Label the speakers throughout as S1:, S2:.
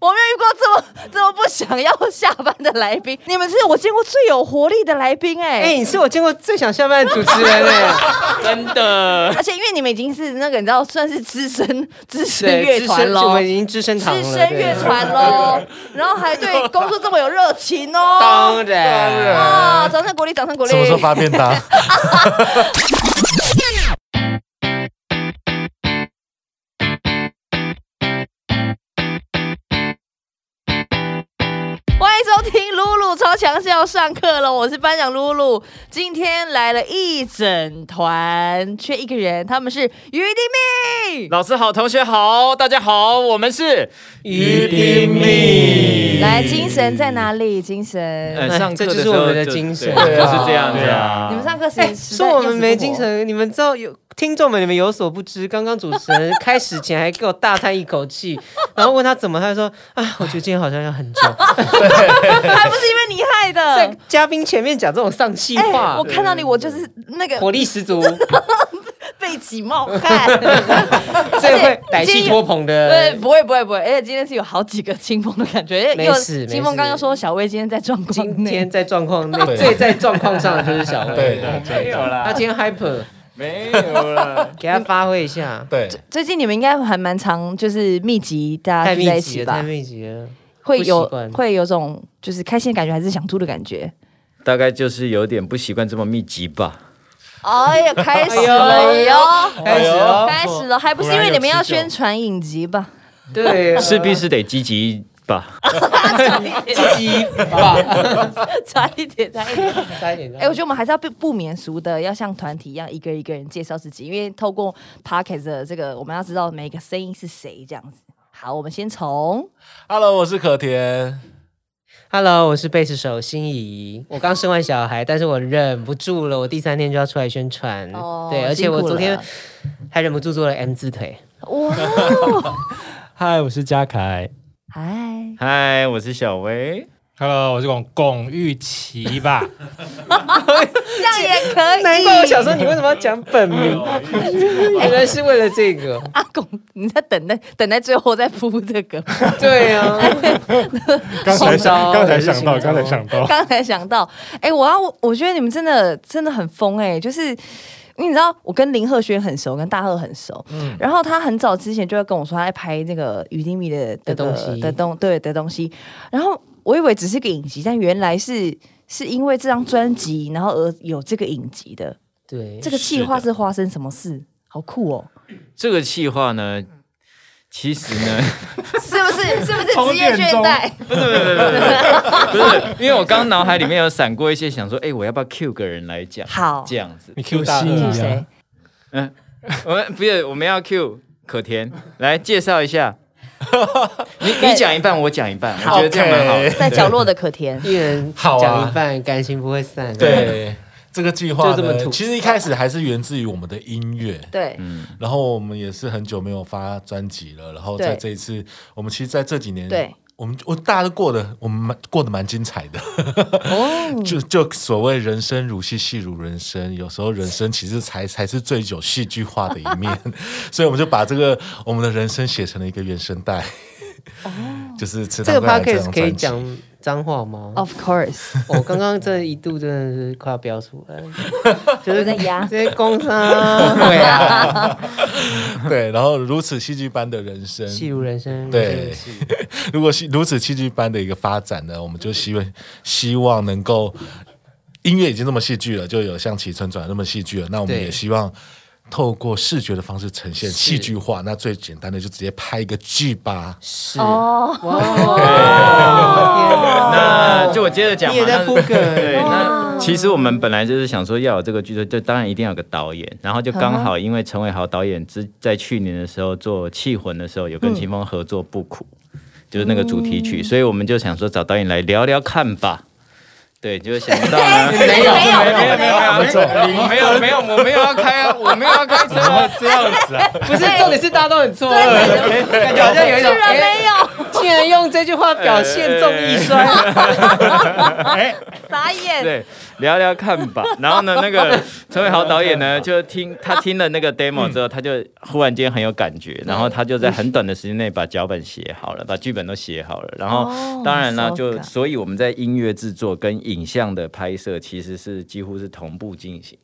S1: 我没有遇过这么这么不想要下班的来宾，你们是我见过最有活力的来宾哎、
S2: 哎、你是我见过最想下班的主持人 哎、
S3: 真的。
S1: 而且因为你们已经是那个你知道算是资深资深
S2: 对，
S1: 乐
S2: 资
S1: 团
S2: 深我
S1: 喽，
S2: 们已经资深堂了，
S1: 资深乐
S2: 对
S1: 团喽，然后还对工作这么有热情哦。
S2: 当然，
S1: 哇，掌声鼓励，掌声鼓励！
S4: 什么时候发便 当？
S1: 欢迎收听露露超强是要上课了，我是班长露露。今天来了一整团，缺一个人，他们是于弟妹。
S3: 老师好，同学好，大家好，我们是
S2: 于丁密
S1: 来，精神在哪里？精神，
S3: 呃上课
S2: 这就是
S3: 时候
S2: 我们的精神
S3: 对
S4: 对
S3: 就
S4: 啊
S3: 是这样子啊。
S1: 你们上课时
S2: 哎、
S1: 实在
S2: 说我
S1: 要
S2: 们
S1: 死
S2: 没
S1: 不活
S2: 精神，你们知道有听众们，你们有所不知，刚刚主持人开始前还给我大叹一口气， 然后问他怎么，他就说啊，我觉得今天好像要 很久，
S1: 还不是因为你害
S2: 在
S1: 的。哎
S2: 嘉宾前面讲这种丧气话。
S1: 我看到你，我就是那个
S2: 火力十足，
S1: 背脊冒 汗。
S2: 最会歹气拖棚
S1: 对，
S2: 的
S1: 不会不会不会，而且今天是有好几个清风的感觉，
S2: 没
S1: 又
S2: 事
S1: 清
S2: 没
S1: 风
S2: 事
S1: 刚刚说小薇今天在状况
S2: 今
S1: 内
S2: 天在状况内
S4: 对
S2: 最在状况上的就是小薇，
S4: 对对啊
S3: 没有
S2: 他
S3: 啦，
S2: 今天 hyper，
S3: 没有啦。
S2: 给他发挥一下，
S4: 对，
S1: 最近你们应该还蛮常就是密集大家
S2: 太
S1: 聚在
S2: 密
S1: 一
S2: 集
S1: 起
S2: 了，
S1: 吧
S2: 太？密集了。
S1: 会
S2: 不习
S1: 有
S2: 惯
S1: 会有种就是开心的感觉，还是想吐的感觉？
S3: 大概就是有点不习惯这么密集吧。
S1: 哎呀，开始
S2: 哎
S1: 了
S2: 呦
S1: 哟，
S2: 开始哦
S1: 开始了，还不是因为你们要宣传影集吧？
S2: 对，
S3: 势必是得积极吧。
S2: 积极吧，
S1: 差一点，差一点。
S2: 差一点。
S1: 哎、我觉得我们还是要不不免俗的，要像团体一样，一个一个人介绍自己，因为透过 podcast 的这个，我们要知道每一个声音是谁这样子。好，我们先从
S4: Hello，我是可甜。
S2: Hello，我是贝斯手心怡。我刚生完小孩，但是我忍不住了，我第三天就要出来宣传。
S1: 哦
S2: 对，而且
S1: 辛苦
S2: 我昨天
S1: 了
S2: 还忍不住做了 M 字腿。
S1: 哇，
S5: 嗨，我是嘉凯。
S1: 嗨，
S3: 嗨，我是小薇。
S5: Hello，我是龚龚玉琪吧。
S1: 这样也可以。
S2: 难怪我想说，你为什么要讲本名？原来是为了这个。
S1: 阿公，你在等待等待最后再铺这个。
S2: 对啊，
S6: 刚才想，
S2: 新招
S6: 刚才
S2: 还是
S6: 想到，
S2: 新招
S6: 刚才 想到，
S1: 刚才想到，哎、我要，我觉得你们真的真的很疯哎、就是。因为你知道，我跟林鹤轩很熟，跟大贺很熟。然后他很早之前就会跟我说，他在拍那个于丁米的
S2: 的东西
S1: 的东对的东西。然后我以为只是个影集，但原来是是因为这张专辑，然后而有这个影集的。
S2: 对
S1: 这，个计划是发生什么事？好酷哦！
S3: 这个计划呢，其实 呢，
S1: 是不是？是不是
S6: 充
S1: 职业
S6: 电
S1: 倦
S6: 中
S1: 怠？
S3: 不是，因为我刚脑海里面有闪过一些想说，哎，我要不要 Q 个人来讲？
S1: 好
S3: 这样子。
S5: 你 Q 大
S6: 心
S1: 是
S6: 怡
S1: 谁？
S3: 嗯，我们不是我们要 Q 可甜来介绍一下。你你讲一半，我讲一半，我觉得这样蛮好的。
S1: 在角落的可甜。
S2: 一人
S4: 好啊
S2: 讲一半，感情不会散。，啊
S4: 对，这个计划
S2: 就这么土
S4: 呢，其实一开始还是源自于我们的音乐，
S1: 对，
S4: 然后我们也是很久没有发专辑了，然后在
S1: 对
S4: 这一次，我们其实在这几年，
S1: 对，
S4: 我们我大家都过得我们蛮过得蛮精彩的，
S2: 哦
S4: 就就所谓人生如戏，戏如人生，有时候人生其实才才是最有戏剧化的一 面，所以我们就把这个我们的人生写成了一个原声带。 就是吃
S2: 哦这个
S4: 糖怪这张
S2: podcast 可以
S4: 专辑
S2: 讲脏话吗？哦
S1: Of course，
S2: 我刚刚这一度真的是快要飙出来， 就是
S1: 我在压
S2: 这些工伤 对啊，
S4: 对，然后如此戏剧般的人生，
S2: 戏如人生，
S4: 对
S2: 人生戏
S4: 如果是如此戏剧般的一个发展呢，我们就希望希望能够音乐已经那么戏剧了，就有像《齐村转》那么戏剧了，那我们
S2: 对
S4: 也希望。透过视觉的方式呈现戏剧化，那最简单的就直接拍一个剧吧。
S2: 是
S1: 哦，
S2: 哇，
S3: 那就我接着讲嘛。
S2: 你也在
S3: 那
S2: 铺梗
S3: 对，那其实我们本来就是想说要有这个剧作，就当然一定要有个导演，然后就刚好因为陈伟豪导演之在去年的时候做《气魂》的时候，有跟清风合作《不苦》，就是那个主题曲，所以我们就想说找导演来聊聊看吧。对，就是想不到呢，
S1: 没有没有
S3: 没有没有没有没有，我没有要开啊，我没有要开车啊。
S5: 这样子啊，
S2: 不是重点是大家都很错愕，感觉好像有一种哎
S1: 居然没有。
S2: 哎竟然用这这句话表现重一衰，
S1: 傻眼，
S3: 对，聊聊看吧。然后呢，那个陈伟豪导演 呢，就听他听了那个
S1: 嗯
S3: demo 之后，他就忽然间很有感觉，然后他就在很短的时间内把脚本写好了，把剧本都写好了。然后
S1: 哦
S3: 当然啦，
S1: so
S3: 就
S1: good
S3: 所以我们在音乐制作跟影像的拍摄其实是几乎是同步进行。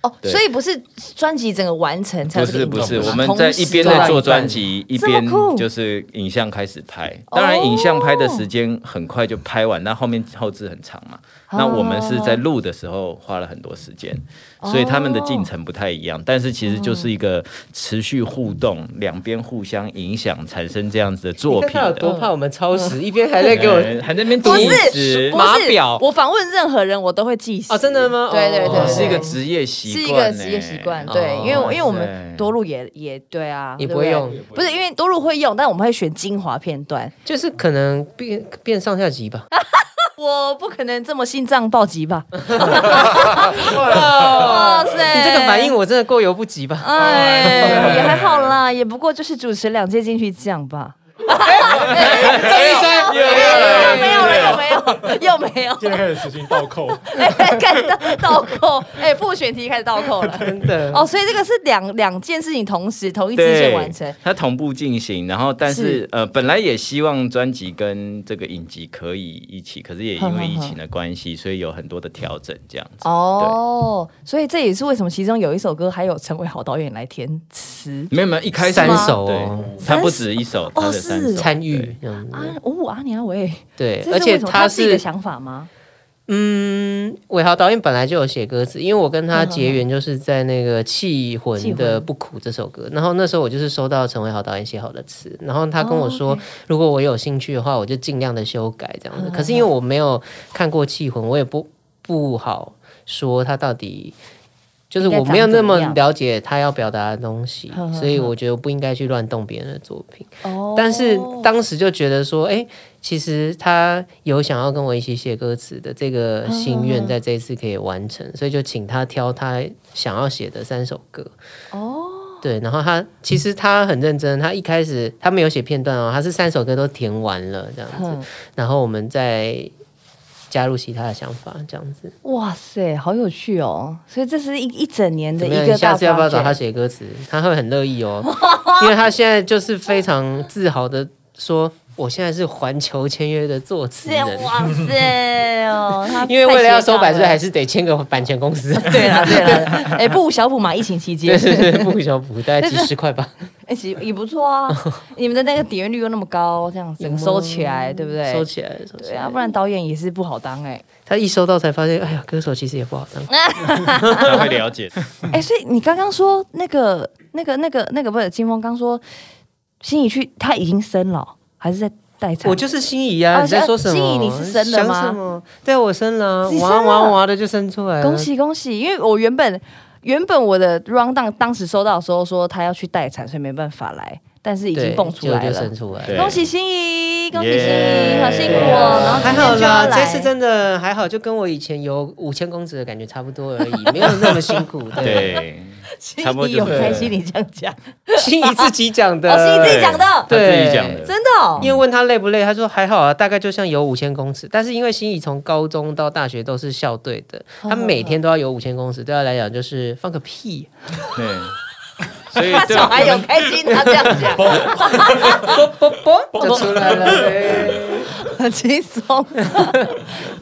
S1: 哦，
S3: 对
S1: 所以不是专辑整个完成才
S3: 不
S1: 有这个
S3: 是
S1: 影
S3: 不
S1: 片
S3: 是，
S1: 吗
S3: 我们
S1: 同
S3: 在
S1: 时
S3: 一边
S1: 做
S3: 在
S1: 到
S3: 做
S1: 一半
S3: 专辑，一
S1: 这么
S3: 边
S1: 酷哦
S3: 就是影像开始拍。当然，影像拍的时间很快就拍完，那后面后置很长嘛。
S1: 哦
S3: 那我们是在录的时候花了很多时间，
S1: 哦
S3: 所以他们的进程不太一样。但是其实就是一个持续互动，两边互相影响，产生这样子的作品
S2: 他有
S3: 的。
S2: 多怕我们超时，一边还在给我
S3: 呃还在那边
S1: 不
S3: 停
S1: 是
S3: 止
S1: 不
S2: 马
S1: 是
S2: 表
S1: 我访问任何人我都会记死
S2: 哦，真的吗？
S1: 对对
S2: 哦
S1: 对对
S3: 是一个职业习
S1: 是一
S3: 惯呢，
S1: 个职业习惯，对，
S2: 哦
S1: 因为我因为我
S3: 哇
S1: 们
S3: 塞
S1: 多路也也对啊，
S2: 也
S1: 对
S2: 不会
S1: 对
S2: 用，
S1: 不是因为多路会用，但我们会选精华片段。
S2: 就是可能变变上下级吧。
S1: 我不可能这么心脏暴击吧？
S2: 哇
S1: 哇塞
S2: 你这个反应我真的过犹不及吧？
S1: 哎，也还好啦，也不过就是主持两届进去讲吧。
S2: 张医生，
S1: 又没有了，又没有，又没有，
S6: 现在开始实行倒扣，
S1: 哎，开始倒倒扣，哎，复选题开始倒扣了。
S2: 真的
S1: 哦，所以这个是两两件事情同时同一支线完成
S3: 对。它同步进行。然后，但是
S1: 是
S3: 呃，本来也希望专辑跟这个影集可以一起，可是也因为疫情的关系，所以有很多的调整这样子。
S1: 哦，所以这也是为什么其中有一首歌还有陈伟豪导演来填词
S3: 没有没有，一开始
S2: 三
S3: 嘛
S2: 首哦
S3: 对，它不止一首，它的
S1: 哦是
S3: 三首
S2: 参
S3: 对
S2: 与这样子
S1: 啊，哦，阿尼阿维，
S2: 对，
S1: 这
S2: 而
S1: 是为
S2: 且
S1: 什么他自己的
S2: 是
S1: 想法吗？
S2: 嗯，伟豪导演本来就有写歌词，因为我跟他
S1: 嗯
S2: 结缘就是在那个《气
S1: 气
S2: 魂的
S1: 魂
S2: 不苦》这首歌，然后那时候我就是收到陈伟豪导演写好的词，然后他跟我
S1: 哦
S2: 说，如果我有兴趣的话，我就尽量的修改这
S1: 嗯
S2: 样子。可是因为我没有看过《气魂》，我也不不好说他到底。就是我没有那么
S1: 应该长怎么样
S2: 了解他要表达的东西
S1: 呵呵，
S2: 所以我觉得不应该去乱动别人的作品。
S1: 哦
S2: 但是当时就觉得说，哎、其实他有想要跟我一起写歌词的这个心
S1: 嗯
S2: 愿，在这一次可以完成，所以就请他挑他想要写的三首歌。
S1: 哦，
S2: 对，然后他其实他很认真，他一开始他没有写片段哦，他是三首歌都填完了这样子，
S1: 哼
S2: 然后我们再加入其他的想法这样子。
S1: 哇塞，好有趣哦！所以这是一一整年的
S2: 怎
S1: 一
S2: 么样？
S1: 个
S2: 你
S1: 大
S2: 下次要不要
S1: project
S2: 找他写歌词？他会很乐意哦， 因为他现在就是非常自豪的说，我现在是环球签约的作词人。
S1: 是啊哇塞哦， 他
S2: 因为为了要收版税，还
S1: 是
S2: 是得签个版权公 司。
S1: 对啦对啦。 哎，不小补嘛，疫情期
S2: 对
S1: 间，
S2: 对对，不小补，大概几十块吧，
S1: 哎，其实也不错 啊。你们的那个点阅率又那么高，这样整个收起来，对不对？
S2: 嗯收起来，收起
S1: 对
S2: 来
S1: 啊，。不然导演也是不好当哎。
S2: 他一收到才发现，哎呀，歌手其实也不好当。
S3: 他会 了解。
S2: 嗯
S1: 哎，所以你刚刚说那个、那个、那个、那个，不是金峰刚说心仪去，他已经生了，还是在待产？
S2: 我就是心仪
S1: 哦
S2: 啊，你在说什么？
S1: 心仪你是生了吗
S2: 想什么？对，我生了啊，
S1: 你生
S2: 哇
S1: 了
S2: 哇哇的就生出来了。
S1: 恭！喜恭喜！因为我原本原本我的 round down 当时收到的时候说他要去待产，所以没办法来，但是已经蹦出来
S2: 就生
S1: 了。
S2: 出来。
S3: 对
S1: 恭喜心仪，恭喜心仪，
S3: 耶
S1: 好辛苦
S3: 对
S1: 哦！然后
S2: 还
S1: 今
S2: 好
S1: 天就要
S2: 啦，
S1: 来，
S2: 这次真的还好，就跟我以前有五千公尺的感觉差不多 而已，没有那么辛苦。，
S3: 对，差不多
S1: 心仪有
S3: 就是
S1: 开心，你这样讲，
S2: 心仪自己讲的，
S1: 哦，心仪自己讲的，
S3: 他自己
S2: 对
S3: 讲的。
S1: 真的哦
S2: 因为问他累不累，他说还好啊，大概就像游五千公尺。但是因为心仪从高中到大学都是校队的，
S1: 哦
S2: 他每天都要游五千公尺，对他来讲就是放个屁，
S3: 对， 所以
S1: 他
S3: 对
S1: 小孩有开心，他这样讲，啵啵啵
S2: 就出来了。对
S1: 很轻 松。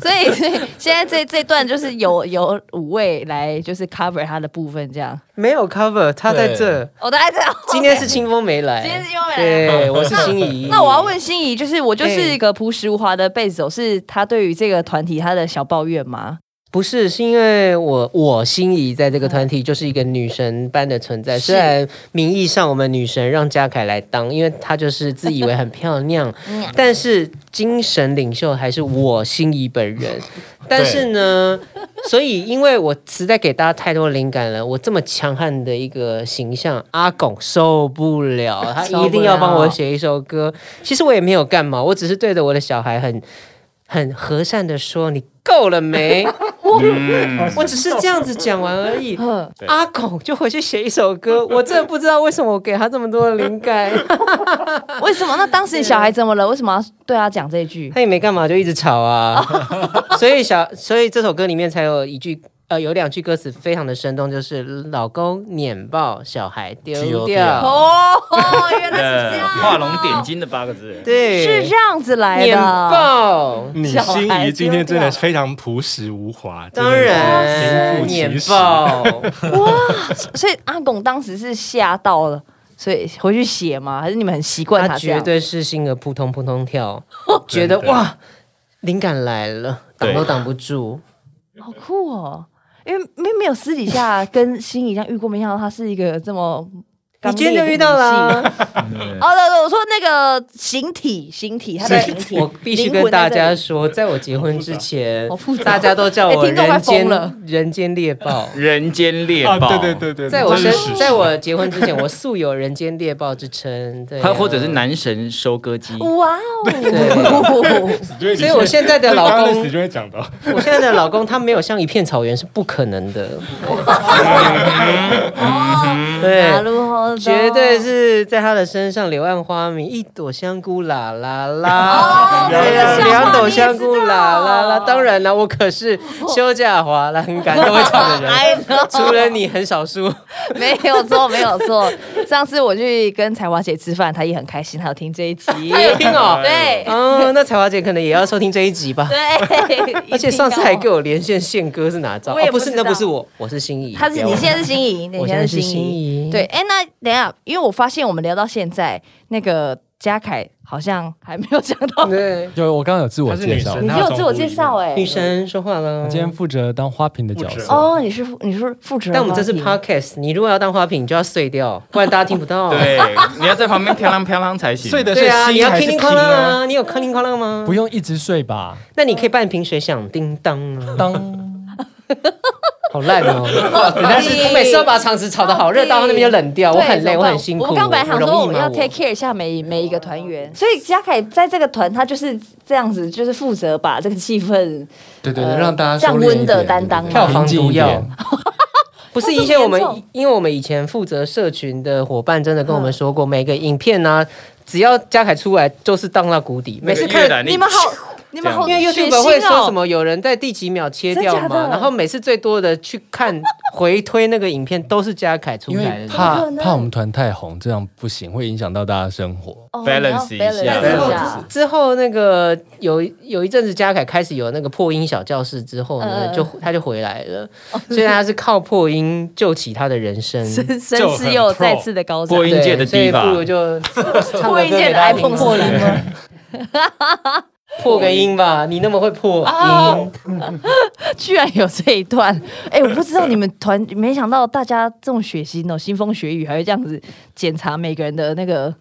S1: 所以，所以现在这这段就是有有五位来就是 cover 他的部分，这样。
S2: 没有 cover，他在这。
S1: 我哦大概这样。
S2: 今天是清风没来，
S1: 今天是清风没来
S2: 对，我是心 仪。
S1: 那我要问心仪，就是我就是一个朴实无华的贝斯手，是他对于这个团体他的小抱怨吗？
S2: 不是，是因为我我心仪在这个团体就是一个女神般的存在，
S1: 是
S2: 虽然名义上我们女神让嘉凯来当，因为她就是自以为很漂亮，但是精神领袖还是我心仪本人。但是呢，所以因为我实在给大家太多灵感了，我这么强悍的一个形象，阿拱受不了，他一定要帮我写一首歌。其实我也没有干嘛，我只是对着我的小孩很很和善的说：“你够了没？” 我我只是这样子讲完而已。
S1: 嗯
S2: 阿孔就回去写一首歌， 我真的不知道为什么我给他这么多的灵 感，
S1: 为什么？那当时你小孩怎么了？为什么要对他讲这句？
S2: 他也没干嘛，就一直吵 啊。所以小，所以这首歌里面才有一句。呃，有两句歌词非常的生动，就是老公碾爆小孩丢
S4: 丢
S2: 掉
S4: 掉，
S1: 哦，原来是这
S3: 呃
S1: 样，
S3: 画龙点，睛的八个字，
S2: 对，
S1: 是这样子来
S2: 碾
S1: 的。
S2: 爆，
S5: 你
S1: 小
S5: 心
S1: 孩
S5: 仪今
S1: 丢
S5: 天真
S1: 掉
S5: 的非常朴实无华，真的
S2: 当然
S5: 名副
S2: 碾
S5: 其实。啊
S2: 爆，
S1: 所以阿拱当时是吓到了，所以回去写吗？还是你们很习惯
S2: 他
S1: 这样
S2: 绝对是心儿扑通扑通跳， 觉得哇，灵感来了，挡都挡不住。
S1: 好酷哦！因为没没有私底下跟心仪这样遇过，没想到他是一个这么刚
S2: 你
S1: 烈的
S2: 今
S1: 女性。
S2: 天就遇到了啊，
S1: 哦，对对，我说那个形体，形体，他的形体，
S2: 我必须跟大家说，在我结婚之前
S1: 好复，杂
S2: 大家都叫
S1: 哎
S2: 我
S1: 听众快
S2: 人
S1: 疯了
S2: 间人间猎豹。
S3: 人间猎
S5: 啊，
S3: 豹，
S5: 对对对对，
S2: 在我
S5: 这
S2: 身
S5: 是事，实
S2: 在我结婚之前，我素有“人间猎豹”之称，对、啊
S3: 或或者是，男神收割机，
S1: 哇 哦！
S5: 死就会
S2: 所以我现在 的老公
S5: 刚刚那死就会讲到，
S2: 我现在的老公他没有像一片草原是不可能的，嗯对
S1: な，るほど
S2: 绝对是在他的身上柳暗花明，一朵香菇啦啦啦，对啊，两朵香菇啦啦啦。当然了，我可是休假滑栏杆都会唱 的
S1: I
S2: 人，
S1: know
S2: 除了你很少数。
S1: 哎没有错，没有错。上次我去跟彩华姐吃饭，她也很开心，她有听这一集。
S2: 他有听 哦，
S1: 对
S2: 哦，那彩华姐可能也要收听这一集吧。
S1: 对，
S2: 而且上次还给
S1: 我，
S2: 我连线宪歌是哪招？
S1: 我也
S2: 哦
S1: 不
S2: 不
S1: 知
S2: 是，
S1: 道
S2: 那不是我，我是心仪。
S1: 她是
S2: 不
S1: 你
S2: 要
S1: 现在是心仪，你
S2: 我
S1: 现在是
S2: 现在是
S1: 心仪。
S2: 心仪
S1: 对，哎，那等一下，因为我发现我们聊到现在，那个嘉凯好像还没有讲到，
S2: 对
S6: 就我刚刚有自我
S5: 她是
S6: 介
S5: 女
S6: 绍
S5: 生，
S1: 你就有自我介绍哎
S2: 女。神说话了
S6: 我。今天负责当花瓶的角
S5: 负责
S6: 色。
S1: 哦，你是你是负责人吗，
S2: 但我们这是 podcast，你如果要当花瓶，你就要碎掉，不然大家听不到。
S3: 对，你要在旁边飘啷飘啷才行。
S5: 所以的是
S2: 对啊，你
S5: 心
S2: 要
S5: 还
S2: 叮
S5: 是
S2: 铃
S5: 听
S2: 哐啷啊？你有哐铃哐啷吗？
S6: 不用一直睡吧，
S2: 那你可以半瓶水响叮当啊，
S6: 当
S2: 好烂 哦！但是我每次都把场子炒得好热，到那边就冷掉，
S1: 对
S2: 我很
S1: 怎
S2: 累，
S1: 么
S2: 我
S1: 办
S2: 很辛苦。
S1: 我们刚本来想说我
S2: 容易
S1: 们
S2: 吗
S1: 要 take care 一下每每一个团
S6: 哦
S1: 员，所以嘉凯在这个团他就是这样子，就是负责把这个气氛
S6: 对对
S1: 呃
S6: 对，让大家
S1: 降
S6: 收敛一
S1: 温的
S6: 点
S1: 担当
S6: 对对对
S2: 票房毒药
S6: 平静一点
S2: 不是
S1: 这么
S2: 以前我们
S1: 严重，嗯
S2: 因为我们以前负责社群的伙伴真的跟我们说过，每个影片呢、只要嘉凯出来就是荡到谷底，每次看
S3: 阅览力
S1: 你们好，你们好，
S2: 因为
S1: 血
S2: YouTube
S1: 腥
S2: 会说什
S1: 哦？
S2: 么有人在第几秒切掉
S1: 真假的
S2: 嘛，然后每次最多的去看回推那个影片都是嘉凯出
S6: 因
S2: 来
S6: 为
S2: 的。
S1: 怎么可
S6: 怕
S1: 能
S6: 怕我们团太红，这样不行，会影响到大家生活。
S1: 哦你要
S3: balance 一下
S1: balance 一下
S2: 之后那个有有一阵子，嘉凯开始有那个破音小教室之后
S1: 嗯哦
S2: 呢，就他就回来了，所以他是靠破音救起他的人生。
S1: 深深思又再次的高涨
S3: 破。音界的
S2: 对
S3: 第
S2: 所以
S3: 吧
S2: 不，如就唱
S1: 破
S2: 个
S1: 音
S2: 歌
S1: 界
S2: 给
S1: 的
S2: 大家听
S1: iPhone
S2: 破
S1: 四
S2: 音
S1: 吗？
S2: 破个 音吧，你那么会破
S1: 啊
S2: 音，
S1: 居然有这一段，哎、我不知道你们团，没想到大家这种血腥哦，腥风血雨，还会这样子检查每个人的那个，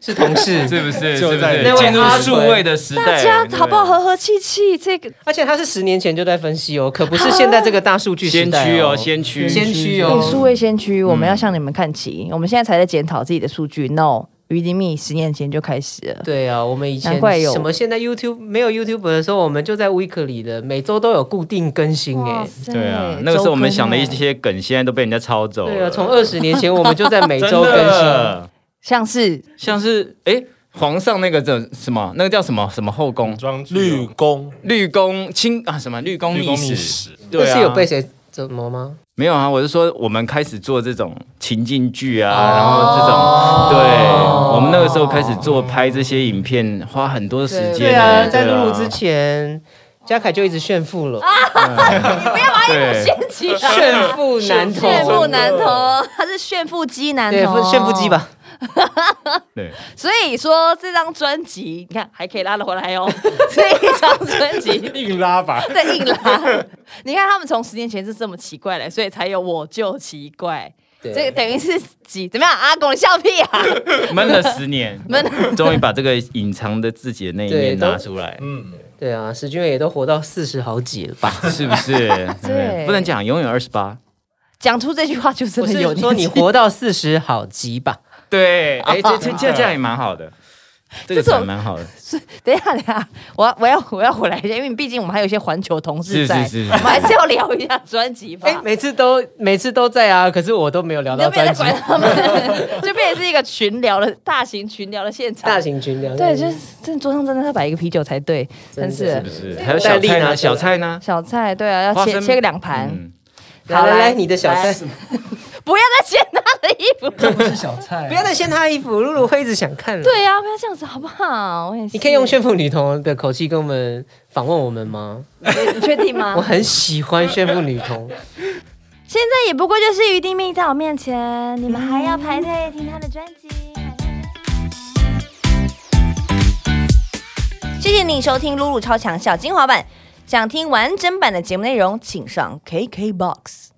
S2: 是同事，
S3: 是不是？
S5: 就是
S3: 不
S5: 在
S3: 是
S2: 那位
S3: 进入
S2: 阿
S3: 数
S2: 伦
S3: 位的时代？
S1: 大家
S3: 对
S1: 好不好和和气气？这个
S2: 而且他是十年前就在分析哦，可不是现在这个大数据时
S3: 先
S2: 代
S3: 驱哦，
S2: 哦，
S3: 先驱，
S2: 先驱
S1: 对，
S2: 哦。
S1: 哎数位先驱，我们
S3: 嗯
S1: 要向你们看齐。我们现在才在检讨自己的数据。No，于迪密十年前就开始了。
S2: 对啊，我们以前
S1: 难怪有
S2: 什么现在 YouTube 没有 YouTube 的时候，我们就在 Weekly 的，每周都有固定更新哎。
S1: 塞啊
S3: 对啊，那个时候我们想的一，些梗，现在都被人家抄走了。
S2: 对啊，啊从二十年前我们就在每
S3: 真
S2: 周更新。
S3: 的，
S1: 像是
S3: 像是哎，皇上那个叫什么？那个叫什么什么后宫？
S5: 装具
S6: 哦
S4: 绿宫
S3: 绿宫清啊，什么绿宫
S5: 绿宫
S3: 逆
S5: 逆
S3: 史
S5: 史？
S3: 对
S2: 那
S3: 啊，
S2: 是有被谁怎么吗？
S3: 没有啊？我是说，我们开始做这种情境剧啊，然后这种，对我们那个时候开始做拍这些影片，花很多时间。
S2: 对
S3: 欸
S2: 啊，在录之，前，嘉凯就一直炫富了，
S1: 啊
S3: 对啊，
S1: 起
S2: 炫富男童，
S1: 炫富男童，他是炫富机男
S2: 对，
S1: 童，
S2: 炫富机。吧。
S3: 对对，
S1: 所以说这张专辑，你看还可以拉得回来哦。 这一张专辑。
S5: 硬拉吧，
S1: 对，硬拉。你看他们从十年前是这么奇怪的，所以才有我就奇怪。
S2: 对
S1: 这个等于是几怎么样？阿公笑屁啊！
S3: 闷了十年，终于把这个隐藏的自己的那一面
S2: 对
S3: 拿出来，
S2: 对啊，史俊伟也都活到四十好几了吧？
S3: 是不 是？
S1: 对
S3: 不能讲永远二十八。
S1: 讲出这句话就真
S2: 我
S1: 的
S2: 是
S1: 有
S2: 说
S1: 年纪
S2: 你活到四十好几吧？
S3: 对，哎，这这这这样也蛮好的。啊这个
S1: 这种
S3: 转蛮好的，
S1: 等一下，等一下，我要我要我要回来一下，因为毕竟我们还有一些环球同事
S3: 是
S1: 在，
S3: 是是
S1: 我们还是要聊一下专辑吧。
S2: 哎，每次都每次都在啊，可是我都没有聊
S1: 你就
S2: 到
S1: 不要再
S2: 专辑
S1: 管。他们， 就变成是一个群聊的大型群聊的现场。
S2: 大型群聊，
S1: 对，就是真的桌上真的要摆一个啤酒才对，真是
S2: 真
S3: 是不是？
S2: 对
S3: 还有
S2: 戴
S3: 小
S2: 丽
S3: 菜
S2: 拿出
S3: 呢？
S2: 来
S3: 小菜呢？
S1: 小菜对啊，要
S3: 花
S1: 切
S3: 生
S1: 切个两盘，
S3: 嗯，
S2: 来
S1: 好
S2: 来
S1: 来
S2: 来，你的小菜，
S1: 不要再掀他的衣服。
S6: 不是小菜
S2: 不要再掀他衣服，露露会一直想看了。
S1: 对呀、啊，不要这样子好不好？我也是
S2: 你可以用炫富女童的口气跟我们访问我们吗？
S1: 你确定吗
S2: 我？很喜欢炫富女童，
S1: 现在也不过就是于丁妹在我面前，你们还要排队听她的专辑。谢谢你收听《露露超强小精华版》，想听完整版的节目内容，请上 KKBOX。